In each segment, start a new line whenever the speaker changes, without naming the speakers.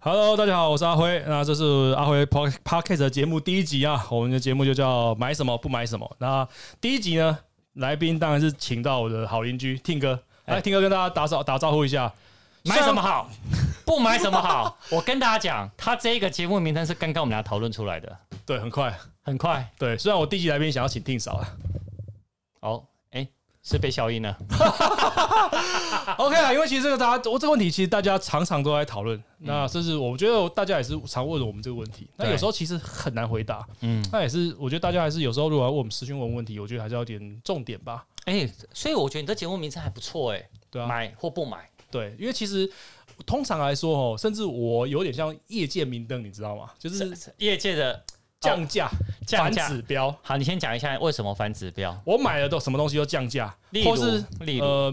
Hello，大家好，我是阿辉。那这是阿辉 Pod Podcast 的节目第一集啊，我们的节目就叫“买什么不买什么”。那第一集呢，来宾当然是请到我的好邻居听哥，
哎
来，听哥跟大家打招打招呼一下。
买什么好，不买什么好。我跟大家讲，他这个节目名称是刚刚我们俩讨论出来的，
对，很快，
很快
对。虽然我第一集来宾想要请听嫂啊
哦，哎、是被消音了。
，OK 啊，因为其实这个大家，我这个问题其实大家常常都在讨论。那甚至我觉得大家也是常问我们这个问题，那
嗯对
有时候其实很难回答。
嗯，
那也是，我觉得大家还是有时候如果要问我们私讯问问题，我觉得还是要有点重点吧。
哎、所以我觉得你这节目名称还不错哎、
对啊，
买或不买，
对，因为其实通常来说哦，甚至我有点像业界明灯，你知道吗？就是
是业界的
降价、
降
反
价
指标，
好，你先讲一下为什么反指标，
我买了都什么东西都降价，
例如
或是
例如、
呃，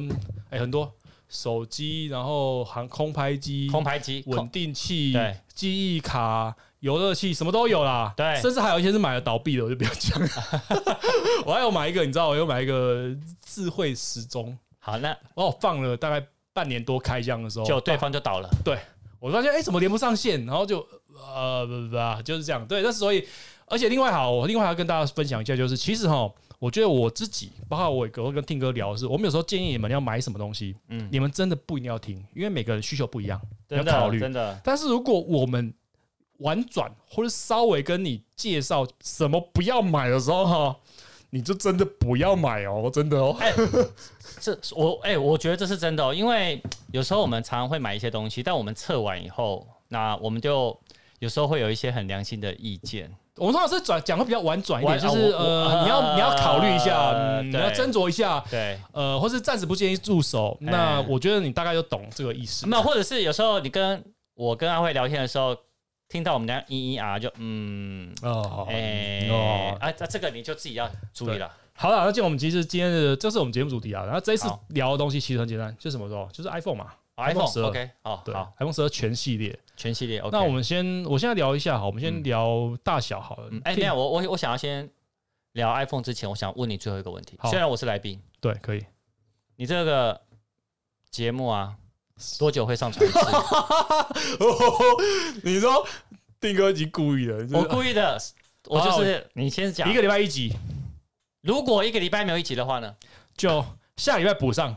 哎、很多手机，然后航空拍机、
空拍机、
稳
空
定器
对、
记忆卡、游乐器，什么都有啦。
对
甚至还有一些是买了倒闭的，我就不要讲 了。我还有买一个，你知道，我又买一个智慧时钟，
好，那
哦，放了大概半年多开箱的时候，
就对方就倒了。
我发现哎、诶怎么连不上线，然后就呃不不不啊就是这样。对，那所以而且另外好，我另外还要跟大家分享一下，就是其实哈，我觉得我自己，包括我也跟我跟听哥聊的是，我们有时候建议你们要买什么东西，
嗯
你们真的不一定要听，因为每个人需求不一样，要
真
考
的，
虑。
真的，
但是如果我们婉转或者稍微跟你介绍什么不要买的时候哈，你就真的不要买哦，真的哦。
这我哎、我觉得这是真的、哦，因为有时候我们常常会买一些东西，但我们测完以后，那我们就有时候会有一些很良心的意见。
我们通常是转讲的比较婉转一点，
婉
就是
啊我我
呃，你要你要考虑一下，
呃
嗯你
对
要斟酌一下，
对，
呃，或是暂时不建议入手，
哎
那我觉得你大概就懂这个意思。
没有，或者是有时候你跟我跟阿慧聊天的时候，听到我们俩咿咿啊，就嗯，
哦，
哎、
哦
啊，那这个你就自己要注意了。
好了，那今天我们其实今天的这是我们节目主题啊，然后这一次
好
聊的东西其实很简单，就是什么时候？就是 iPhone 嘛，iPhone
哦 iPhone
12
OK，好
对
好，
，iPhone 十二全系列。
全系列 OK。
那我们先，我现在聊一下好，我们先
嗯
聊大小好了
嗯，。哎、
听
等一下我我我想要先聊 iPhone 之前，我想问你最后一个问题。
好
虽然我是来宾，
对，可 以。
你这个节目啊，多久会 上传一次？
你说定哥已经故意了，
我故意的，我就是你先讲
哦一。个礼拜一集，
如果一个礼拜没有一集的话呢？
就下礼拜补 上。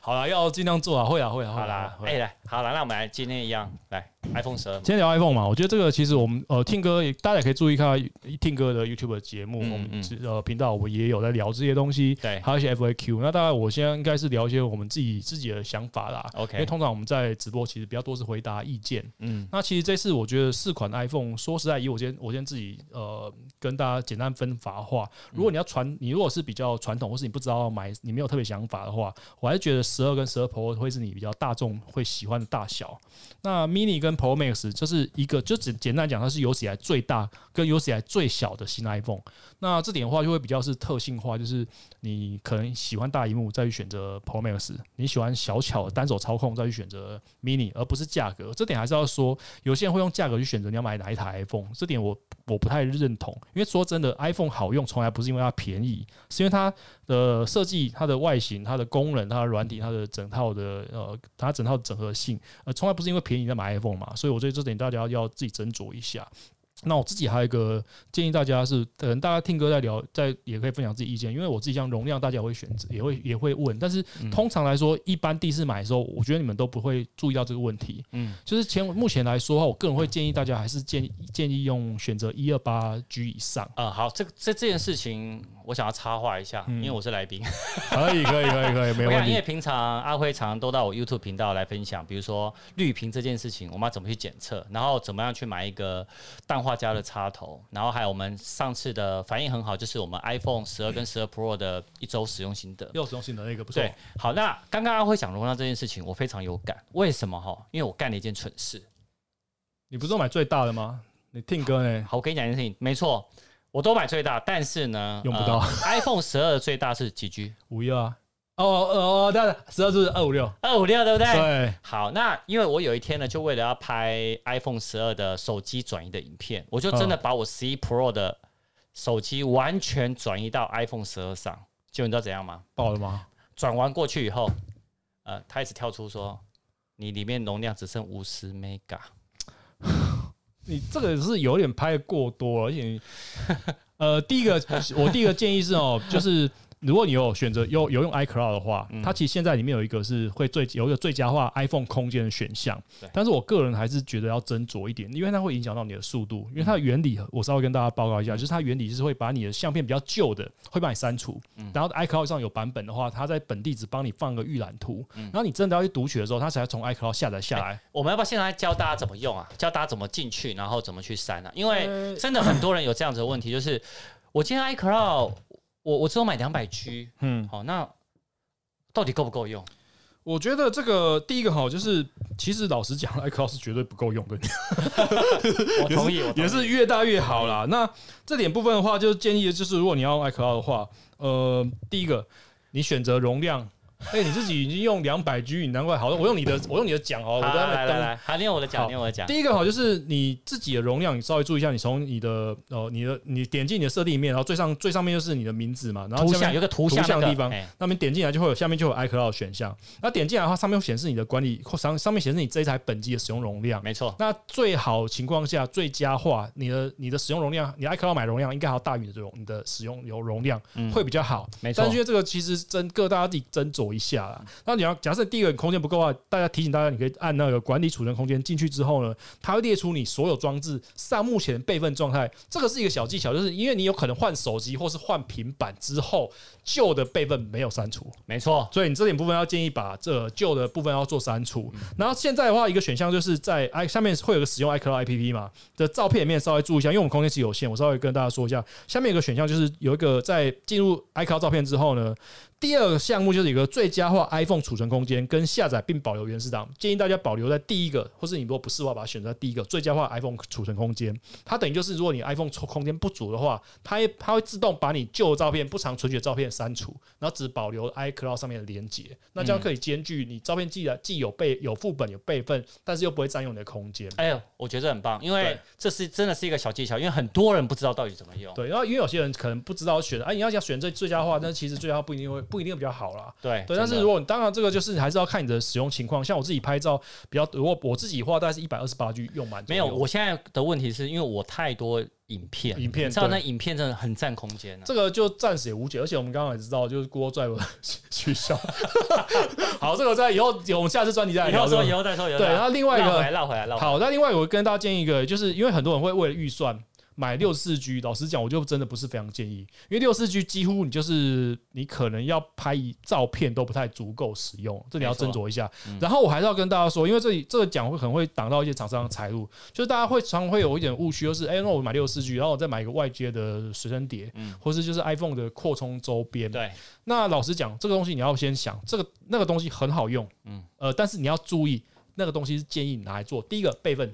好了，要尽量做啊，会啊，会啊，会
好
啊
啦，
会啊
哎、来，好啦，那我们来今天一样来 iPhone 十二。
今天聊 iPhone 嘛，我觉得这个其实我们呃听歌也大家也可以注意看听歌的 YouTube 的节目，
嗯
我们
嗯
之呃频道我们也有在聊这些东西，
对
还有一些 FAQ。那大概我现在应该是聊一些我们自己自己的想法啦。因为
哦，OK，
通常我们在直播其实比较多是回答意见。
嗯，
那其实这次我觉得四款 iPhone，说实在，以我今天我今天自己呃跟大家简单分法话，如果你要传，你如果是比较传统，或是你不知道要买，你没有特别想法的话，我还是觉得十二跟十二 Pro 会是你比较大众会喜欢的大小。那 Mini 跟 Pro Max 就是一个，就只简单讲，它是有史以来最大跟有史以来最小的新 iPhone。那这点的话，就会比较是特性化，就是你可能喜欢大荧幕，再去选择 Pro Max；你喜欢小巧的单手操控，再去选择 Mini，而不是价格。这点还是要说，有些人会用价格去选择你要买哪一台 iPhone，这点我我不太认同。因为说真的，iPhone 好用从来不是因为它便宜，是因为它的设计、它的外形、它的功能、它的软体、它的整套的呃，它整套整合性，呃，从来不是因为便宜在买 iPhone 嘛。所以我觉得这点大家要自己斟酌一下。那我自己还有一个建议，大家是可能大家听歌在聊，在也可以分享自己意见，因为我自己像容量，大家也会选择，也会也会问。但是通常来说，一般第一次买的时候，我觉得你们都不会注意到这个问题。嗯
嗯，
就是前目前来说的话，我个人会建议大家还是建议建议用选择一二八 G 以上。
呃，好，这个这这件事情，我想要插话一下，因为我是来宾。
可以，可以，可以，可以，嗯没
我看，因为。平常阿辉常常都到我 YouTube 频道来分享，比如说绿屏这件事情，我们要怎么去检测，然后怎么样去买一个氮化镓的插头，然后还有我们上次的反应很好，就是我们 iPhone 十二跟十二 Pro 的一周使用心得。
又使用性的那个不错
对，，好，那刚刚阿辉讲容量这件事情，我非常有感。为什么哈？因为我干了一件蠢事。
你不是要买最大的吗？你听歌呢？
好，我跟你讲一件事情，没错，我都买最大，但是呢，
用不到
呃 iPhone 十二最大是几 G？
五一二啊？哦哦哦，对，十二是二五六，
二五六，对不对？
对，
好，那因为我有一天呢，就为了要拍 iPhone 十二的手机转移的影片，我就真的把我十一 Pro 的手机完全转移到 iPhone 十二上。就你知道怎样吗？
爆了吗？
转完过去以后，呃，他一直跳出说你里面容量只剩五十 mega，
你这个是有点拍得过多，而且你 呃，第一个我第一个建议是哦，就是如果你有选择有有用 iCloud 的话，它其实现在里面有一个是会最有一个最佳化 iPhone 空间的选项
对，
但是我个人还是觉得要斟酌一点，因为它会影响到你的速度，因为它的原理我稍微跟大家报告一下，就是它原理是会把你的相片比较旧的会把你删除，然后 iCloud 上有版本的话，它在本地只帮你放个预览图，然后你真的要去读取的时候，它才从 iCloud 下载下来。
我们要不要现在教大家怎么用啊？教大家怎么进去，然后怎么去删啊？因
嗯
为真的很多人有这样子的问题，就是我今天 iCloud，我我只有买两百 G，
嗯，
好，那到底够不够用？
我觉得这个第一个好，就是其实老实讲，iCloud 是绝对不够用 的，
我同意，我同
也
意
是越大越好啦。那这点部分的话，就是建议就是如果你要用 iCloud 的话，呃，第一个你选择容量，哎、你自己已经用两百 G，你难怪好，我用你的，我用你的讲哦，我
好
在那边
来来
登
来，好，念我的讲，
好
念我的讲。
第一个好就是你自己的容量，你稍微注意一下，你从你的呃你的你点进你的设定里面，然后最上最上面就是你的名字嘛，然后
图
下面
像有个图像
图像
那个
地方
哎
那边点进来就会有下面就有 iCloud 选项，那点进来的话，上面会显示你的管理或上上面显示你这一台本机的使用容量。
没错，
那最好情况下最佳化，你的你的使用容量，你 iCloud 买容量应该还要大于你的容你的使用有容量、
嗯
会比较好。
没错
但是因为这个其实真各大家自己斟酌一下啦。那你要假设第一个空间不够啊，大家提醒大家，你可以按那个管理储存空间进去之后呢，它会列出你所有装置上目前备份状态。这个是一个小技巧，就是因为你有可能换手机或是换平板之后，旧的备份没有删除，
没错，
所以你这点部分要建议把这旧的部分要做删除。然后现在的话，一个选项就是在 i 下面会有个使用 iCloud APP 嘛的照片里面稍微注意一下，因为我们空间其实有限，我稍微跟大家说一下。下面有个选项就是有一个在进入 iCloud 照片之后呢，第二个项目就是有一个最佳化 iPhone 储存空间跟下载并保留原始档，建议大家保留在第一个，或是你如果不是的话，把它选择在第一个最佳化 iPhone 储存空间。它等于就是如果你 iPhone 储空间不足的话，它也它会自动把你旧的照片、不常存取的照片删除，然后只保留 iCloud 上面的连接。那这样可以兼具你照片既然既有备有副本有备份，但是又不会占用你的空间。
哎呦，我觉得很棒，因为
对
这是真的是一个小技巧，因为很多人不知道到底怎么用。
对，然后因为有些人可能不知道选，哎、你要想选最最佳化，但是其实最佳化不一定会不一定比较好啦。
对
对，但是
真的
如果你当然这个就是还是要看你的使用情况，像我自己拍照比较，如果我自己画大概是一百二十八 G 用满左
没
右，
有，我现在的问题是因为我太多影片，
影片
你知道那
对
影片真的很占空间啊。
这个就暂时也无解，而且我们刚刚也知道，就是 Google Drive 取消。好，这个在以后我们下次专题再来
以
聊
后
这个。
说，以后再说，以后
对，
再
然
说
后另外一
绕回
个
来，绕回来，绕回来。
好，那另外我跟大家建议一个，就是因为很多人会为了预算买六四 G，老实讲，我就真的不是非常建议，因为六四 G 几乎你就是你可能要拍一照片都不太足够使用，这你要斟酌一下。然后我还是要跟大家说，因为这里这个讲会可能会挡到一些厂商的财路，就是大家会常会有一点误区，就是哎、那我买六四 G，然后我再买一个外接的随身碟，或是就是 iPhone 的扩充周边，
对，
那老实讲，这个东西你要先想，这个那个东西很好用，嗯，呃，但是你要注意，那个东西是建议你拿来做，第一个备份，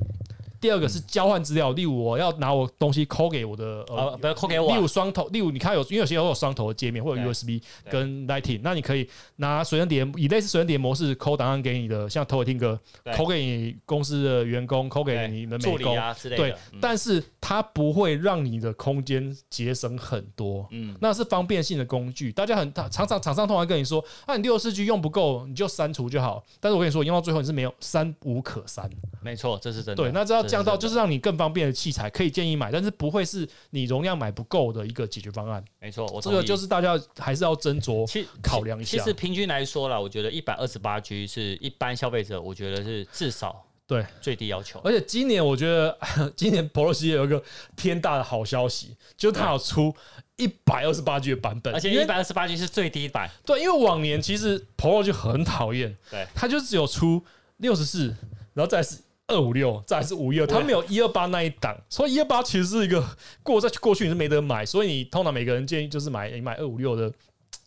第二个
嗯
是交换资料，例如我要拿我东西抠给我的呃。
呃，不要扣给我
例
啊
如，双头，例如你看有，因为有些会有双头的界面，会有
对
USB
对
跟 Lighting，那你可以拿随身碟，以类似随身碟模式抠档案给你的，像头尾听歌
对，
抠给你公司的员工，抠
对
给你的美
助理
工，
啊之类
对
的。，嗯
但是它不会让你的空间节省很多，
嗯
嗯，那是方便性的工具。大家很常常厂商通常跟你说，啊，你六四 G 用不够，你就删除就好。但是我跟你说，用到最后你是没有删无可删。
没错，这是真的。
对，那这要
是
降到
真的
就是让你更方便的器材，可以建议买，但是不会是你容量买不够的一个解决方案。
没错，我
这个
同意
就是大家还是要斟酌。
其
考量一
其
下
实平均来说啦，我觉得一百二十八 G 是一般消费者，我觉得是至少
对呃
最低要求。
而且今年我觉得， 今年 Pro 系列有一个天大的好消息，就是它有出一百二十八 G 的版本，
而且
因为
一百二十八 G 是最低版，
对，因为往年其实 Pro 就很讨厌，
对，
它就只有出六十四，然后再来是二五六，再来是五一二，它没有一二八那一档，所以一二八其实是一个过在过去你是没得买，所以你通常每个人建议就是买你买二五六的。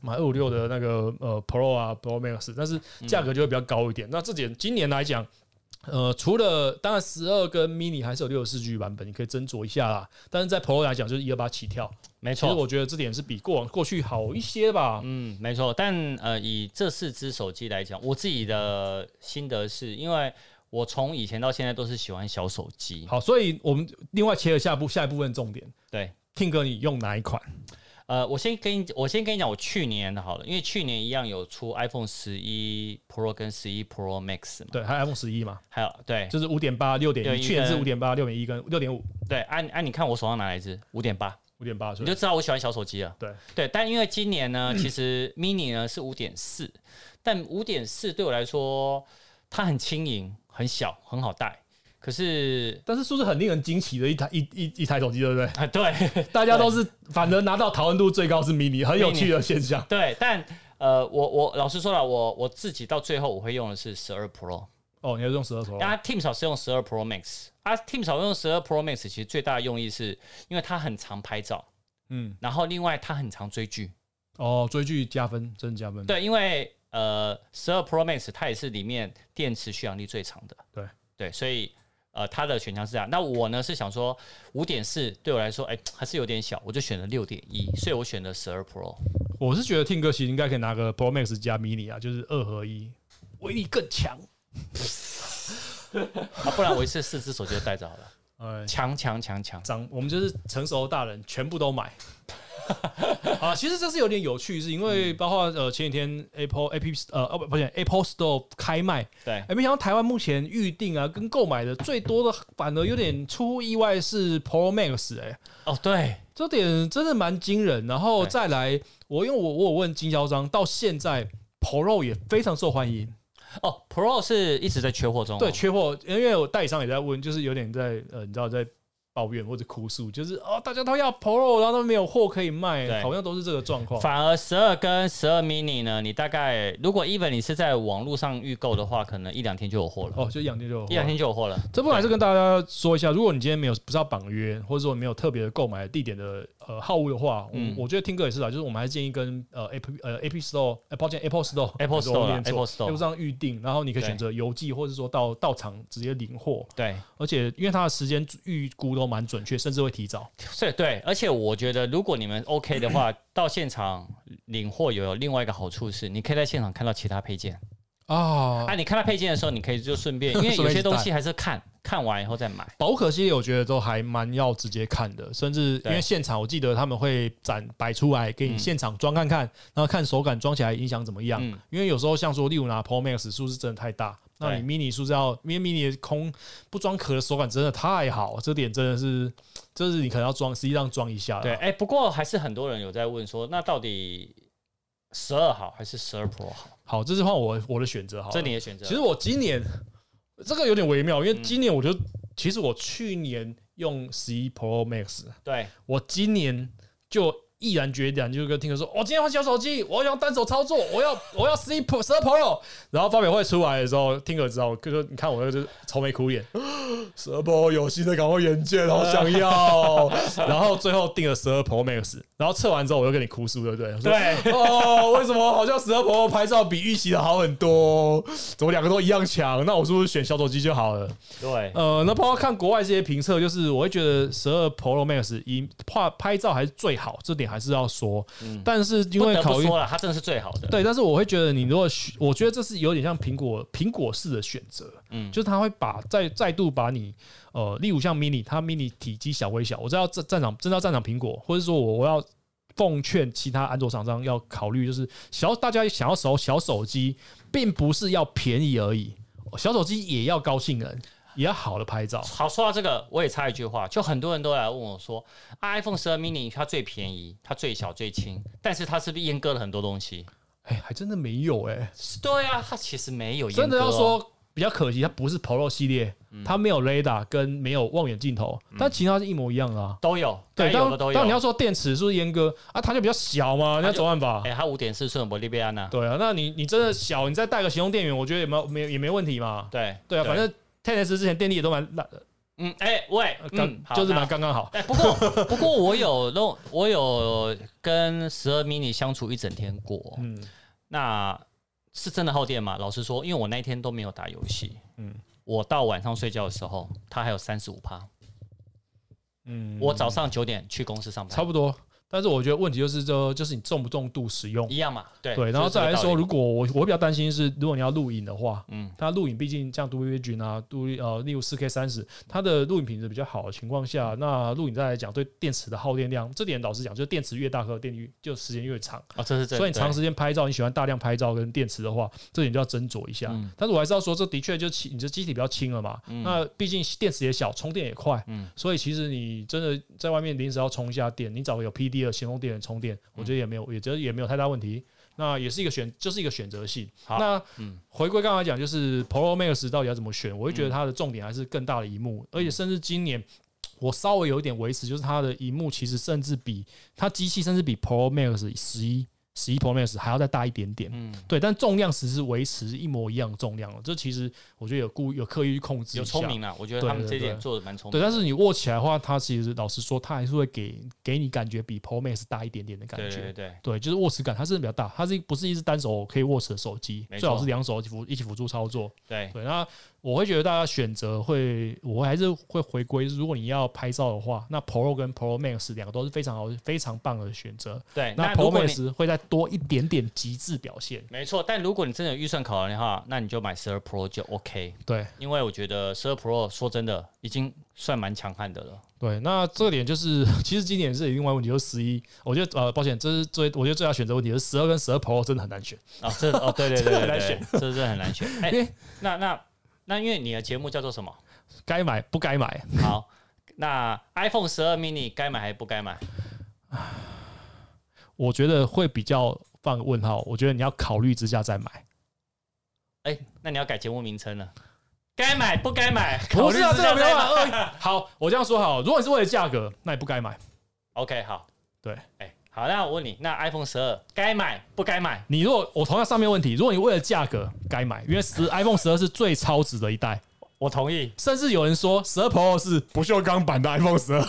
买二五六的那个呃 Pro 啊 Pro Max，但是
嗯
价格就会比较高一点。那这点今年来讲，呃，除了当然十二跟 Mini 还是有六十四 G 版本，你可以斟酌一下啦。但是在 Pro 来讲就是一二八起跳，
没
其实
错。
我觉得这点是比过往过去好一些吧。
嗯，没错。但呃，以这四只手机来讲，我自己的心得是，因为我从以前到现在都是喜欢小手机。
好，所以我们另外切了下部下一部分重点，
对，
听哥你用哪一款？
呃，我先跟你，我先跟你讲，我去年的好了，因为去年一样有出 iPhone 十一 Pro 跟十一 Pro Max 嘛，
对，还有 iPhone 十一嘛，
还有对
就是五点八、六点
对
一，去年是
一
五
个
点八、六点一跟六点五、
对，按、按、你看我手上拿哪一只？五点八，
五点八，
你就知道我喜欢小手机了。
对嗯
对，但因为今年呢，其实 mini 呢是五点四，但五点四对我来说，它很轻盈、很小、很好带。可是
但是是不是很令人惊奇的一台一一一台手机，对不对？
啊，对
大家都是反而拿到讨论度最高是 mini，很有趣的现象。
对，但呃，我我老实说了，我我自己到最后我会用的是十二 Pro，
哦，你要用十二 Pro，
啊，Team 少是用十二 Pro Max，啊，Team 少用十二 Pro Max，其实最大的用意是因为它很常拍照，
嗯，
然后另外它很常追剧，
哦，追剧加分，真的加分。
对，因为呃，十二 Pro Max 它也是里面电池续航力最长的，
对
对，所以呃，它的选项是这样。那我呢是想说，五点四对我来说，哎、还是有点小，我就选了六点一，所以我选了十二 Pro。
我是觉得听歌其实应该可以拿个 Pro Max 加 mini 啊，就是二合一，威力更强。
啊，不然我 一次四只手机就带着好了，
哎，
强强强强。
长我们就是成熟的大人，全部都买。 啊，其实这是有点有趣，是因为包括呃前几天 Apple A P 呃哦不不是 Apple Store 开卖，
对
哎，没想到台湾目前预定啊跟购买的最多的反而有点出乎意外是 Pro Max 哎、
哦，对，
这点真的蛮惊人。然后
对
再来，我因为我我有问经销商，到现在 Pro 也非常受欢迎，
哦，Pro 是一直在缺货中、哦。
对，缺货，因为我代理商也在问，就是有点在呃，你知道在抱怨或者哭诉，就是哦，大家都要 Pro，然后都没有货可以卖，
对
好像都是这个状况。
反而十二跟十二 mini 呢，你大概如果 even 你是在网络上预购的话，可能一两天就有货了，
哦，就养定就有
一两
货。
天就有货了。
这部分还是跟大家说一下，如果你今天没有不是要绑约，或者说你没有特别的购买地点的呃好物的话，
嗯
我我觉得听歌也是啦，啊就是我们还是建议跟呃 App 呃 App Store 呃抱歉 Apple Store
Apple
很多
Store 啦
念错
Apple Store
Apple 上预定，然后你可以
对
选择邮寄，或者说到到场直接领货，
对，
而且因为它的时间预估都蛮准确，甚至会提早。
是，对，而且我觉得如果你们 OK 的 话，到现场领货有另外一个好处是，你可以在现场看到其他配件。
啊
啊，你看到配件的时候，你可以就 顺便，因为有些东西还是看看完以后再买。
保可系列我觉得都还蛮要直接看的，甚至因
对
为现场我记得他们会展摆出来给你
嗯
现场装看看，然后看手感装起来音响怎么样。
嗯
因为有时候像说，例如拿 Pro Max 数字真的太大，那你 Mini 数字要，因为 Mini 的空不装壳的手感真的太好，这点真的是，这是你可能要装，实际上装一下啦。
对，哎、不过还是很多人有在问说，那到底十二好还是十二 Pro 好？
好，这是换我我的选择好了。
这你的嗯选择。
其实我今年这个有点微妙，因为今年我就、其实我去年用十一 Pro Max，
对，
我今年就毅然决然，就跟听哥说，哦我今天换小手机，我要用单手操作，我要 我要十一 Pro 十二 Pro。然后发表会出来的时候，听哥知道，哥说你看我那就是愁眉苦脸， 十二 Pro 有新的感光元件，好想要。 然后最后定了十二 Pro Max，然后测完之后我又跟你哭诉，对不对？我说
对
哦，为什么好像十二 Pro 拍照比预期的好很多？怎么两个都一样强？那我是不是选小手机就好了？
对，
呃，那包括看国外这些评测，就是我会觉得十二 Pro Max 以画拍照还是最好，这点还是要说。
嗯
但是因
不
为
得
考
不
虑
说了，它真的是最好的。
对，但是我会觉得你如果选我觉得这是有点像苹果苹果式的选择，
嗯
就是它会把再再度把你呃，例如像 mini，它 mini 体积小微小，我知道站站长真的要站长苹果，或者说我我要。奉劝其他安卓厂商要考虑，就是小大家想要手小手机，并不是要便宜而已，小手机也要高性能，也要好的拍照。
好，说到这个，我也插一句话，就很多人都来问我说、啊、，iPhone 十二 mini 它最便宜，它最小最轻，但是它是不是阉割了很多东西？
哎、还真的没有哎、
对啊，它其实没有阉割、哦
真的要，说比较可惜，它不是 Pro 系列，
嗯
它没有 radar 跟没有望远镜头，但其他是一模一样的啊。
都有，
对，
嗯该有
当
的都有。
当你要说电池是不是阉割啊，它就比较小嘛，你要
就
找办法
哎、。它五点四寸，伯利贝安娜，
对啊，那你你真的小，你再带个行动电源，我觉得也没有没有也没问题嘛。
对
对啊，反正 Ten S 之前电力也都蛮烂，
嗯，哎、喂，嗯
刚，呃就是蛮
蛮。
刚刚好。
哎、不过不过我有弄，我有跟十二 mini 相处一整天过，
嗯，
那是真的耗电吗？老实说，因为我那一天都没有打游戏，
嗯
嗯，我到晚上睡觉的时候，它还有三十五趴。
嗯
我早上九点去公司上班，
差不多。但是我觉得问题就是这就是你重不重度使用。
一样嘛，对
对，然后再来说，，如果我我比较担心是，如果你要录影的话，
嗯
嗯，它录影毕竟像 d u v i g i n 啊，杜呃，例如四 K 三十，它的录影品质比较好的情况下，那录影再来讲，对电池的耗电量，这点老实讲，就是电池越大颗，电越就时间越长。
哦，这是真的，
所以你长
对
时间拍照，你喜欢大量拍照跟电池的话，这点就要斟酌一下。
嗯
但是我还是要说，这的确就其你的机体比较轻了嘛，那毕竟电池也小，充电也快，
嗯
所以其实你真的在外面临时要充一下电，你找个有 PD 的行动电源充电，我觉得也没有，也觉得也没有太大问题。那也是一个选，就是一个选择性。
好
那
嗯
回归刚才讲，就是 Pro Max 到底要怎么选？我会觉得它的重点还是更大的荧幕，而且甚至今年我稍微有一点维持，就是它的荧幕其实甚至比它机器甚至比 Pro Max 十一、十一 Pro Max 还要再大一点点。
嗯，
对，但重量其实维持一模一样的重量了。这其实我觉得有故有刻意去控制，
有聪。明啦，我觉得
对
他们
对
这一点
对
做的蛮聪明
对，
的，
但是你握起来的话，它其实老实说，它还是会给给你感觉比 Pro Max 大一点点的感
对
觉。
对对对，
对，就是握持感，它是比较大，它是不是一只单手可以握持的手机
没？错
最好是两手一起辅一起辅助操作。
对
对，那我会觉得大家选择会，我还是会回归，如果你要拍照的话，那 Pro 跟 Pro Max 两个都是非常好、非常棒的选择。
对。
哎那
那
Pro
如果你
Max 会再多一点点极致表现。
没错，但如果你真的有预算考量的话，那你就买十二 Pro 就 OK，
对
因为我觉得十二 Pro 说真的已经算蛮强悍的了。
对，那这点就是，其实今年是有另外一个问题，就是十一，我觉得呃，抱歉，这是最我觉得最大选择问题，就是十二跟十二 Pro 真的很难选。
哦，这哦，对对对 对
很难
对
选，
这是很 难选。哎、
因为
那那那，因为你的节目叫做什么？
该买不该买，
好，那 iPhone 十二 mini 该买还不该买？
我觉得会比较放个问号。我觉得你要考虑之下再买。
哎、那你要改节目名称了。该买不该买？
不是啊，
考虑之
这
下
个没
再
办
买
法。呃好，我这样说好，如果你是为了价格，那你不该买。
OK，好，
对
哎、好，那我问你，那 iPhone 十二该买不该买？
你如果我同样上面问题，如果你为了价格该买，因为 十 iPhone 十二是最超值的一代，
我同意。
甚至有人说十二 Pro 是不锈钢版的 iPhone 十二，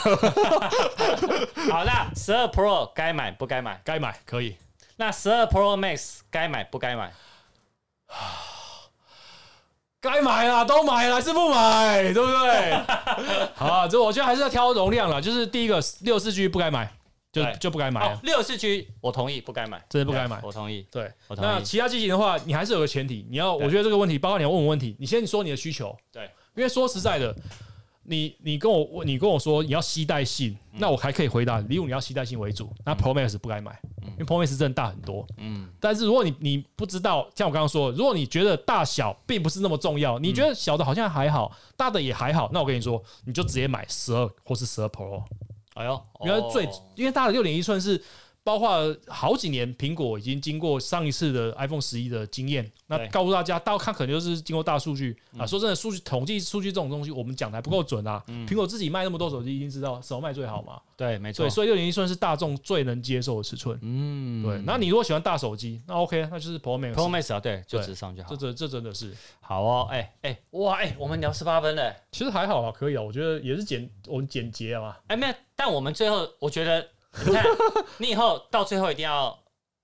好，那十二 Pro 该买不该买？
该买可以。
那十二 Pro Max 该买不该买？
该买啦，都买啦，是不买，对不 对？好啊，这我觉得还是要挑容量啦。就是第一个六四 G 不该买，就
对
就不该买
哦
啊。，
六四 G 我同意，不该买，
真的不该买
我同意，
对，
我同
那
意。
其他机型的话，你还是有个前提，你要我
对
觉得这个问题，包括你要问我问题，你先说你的需求，
对，
因为说实在的，你你跟我问，你跟我说你要携带性，
嗯
那我还可以回答你，例如你要携带性为主，那 Pro Max 不该买，因为 Pro Max 真的大很多。
嗯，
但是如果你你不知道，像我刚刚说，如果你觉得大小并不是那么重要，你觉得小的好像还好，大的也还好，那我跟你说，你就直接买十二或是十二 Pro，
哎呦，
因为最、
哦
因为大的六点一寸是。包括好几年，苹果已经经过上一次的 iPhone 十一的经验，那
对嗯
告诉大家，大它可能就是经过大数据啊。说真的，数据统计数据这种东西，我们讲的还不够准啊。苹果自己卖那么多手机，一定知道什么卖最好嘛。
对，嗯没错
对，，所以六点一寸是大众最能接受的尺寸。
嗯，
对，那你如果喜欢大手机，那 OK，那就是 Pro Max。
Pro Max 啊，对，就
对
直上就好
这。真这真的是，
好哦，哎哎，哇哎，我们聊十八分了，哎
其实还好啦，可以啊，我觉得也是简我们简洁啊嘛。
哎没有，但我们最后我觉得，你看，你以后到最后一定要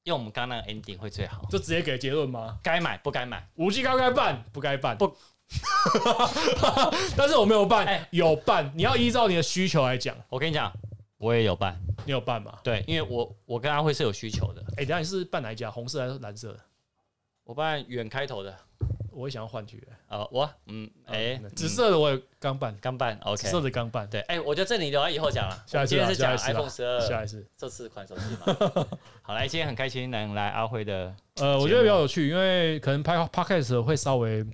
用我们刚刚那个 ending 会最好。
就直接给结论吗？
该买不该买？
五 G 该不该办？不该办。
不，
但是我没有办，
哎
有办。你要依照你的需求来讲，
我跟你讲，我也有办，
你有办吗？
对，因为我我跟阿慧是有需求的，
哎、等一下你是办哪一家？红色还是蓝色的？
我办远开头的，
我也想要换取、
呃，我嗯，哎，
嗯紫
嗯
色的我也刚办，
刚办，OK，
紫色的刚办。
对，哎、我觉得这里留到以后讲了。
下一次
我
啦
们今天是讲
下一次啦
iPhone 十
下
二
一次，
这四款手机嘛。 好来，今天很开心能来阿辉的，
呃，我觉得比较有趣，因为可能拍 podcast 会稍微，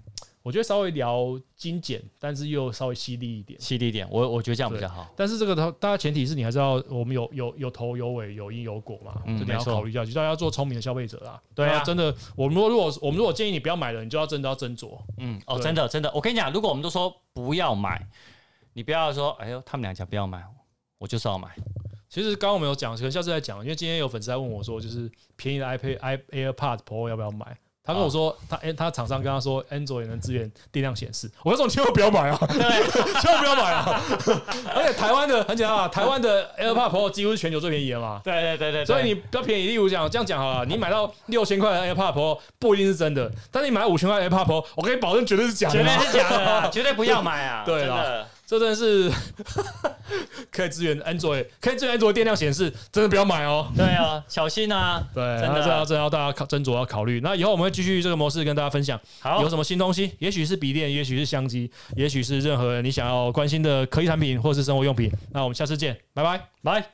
我觉得稍微聊精简，但是又稍微犀利一点。
犀利一点，我我觉得这样比较好。
但是这个的大家前提是你还是要我们有有有头有尾有因有果嘛，
嗯
这点
没
要
错
考虑一下去。大家要做聪明的消费者啦。
对啊
那真的，我们如果如果我们如果建议你不要买了，你就要真的要斟酌。
嗯，哦，
对
真的真的，我跟你讲，如果我们都说不要买，你不要说，哎呦，他们两家不要买，我就是要买。
其实刚刚我们有讲，可能下次再讲，因为今天有粉丝在问我说，就是便宜的 iPad、i AirPods Pro 要不要买？他跟我说，他哎他厂商跟他说，Android 能支援定量显示。我说你千万不要买啊， 千万不要买啊！而且台湾的很简单啊，台湾的 AirPods Pro 几乎是全球最便宜的嘛。
对对对对
所以你比较便宜，例如讲这样讲好了，你买到六千块的 AirPod Pro 不一定是真的，但是你买五千块的 AirPod Pro，我可以保证绝对是假
绝
的
对
啦。
是假的啦，绝对不要买啊！
对
真的
这真的是可以支援 Android，可以支援 Android 电量显示，真的不要买哦。
对啊，小心啊！
对，
真的
那这要这要大家考斟酌要考虑。那以后我们会继续这个模式跟大家分享，
好
有，什么新东西，也许是笔电，也许是相机，也许是任何你想要关心的科技产品或是生活用品。那我们下次见，拜拜。
来。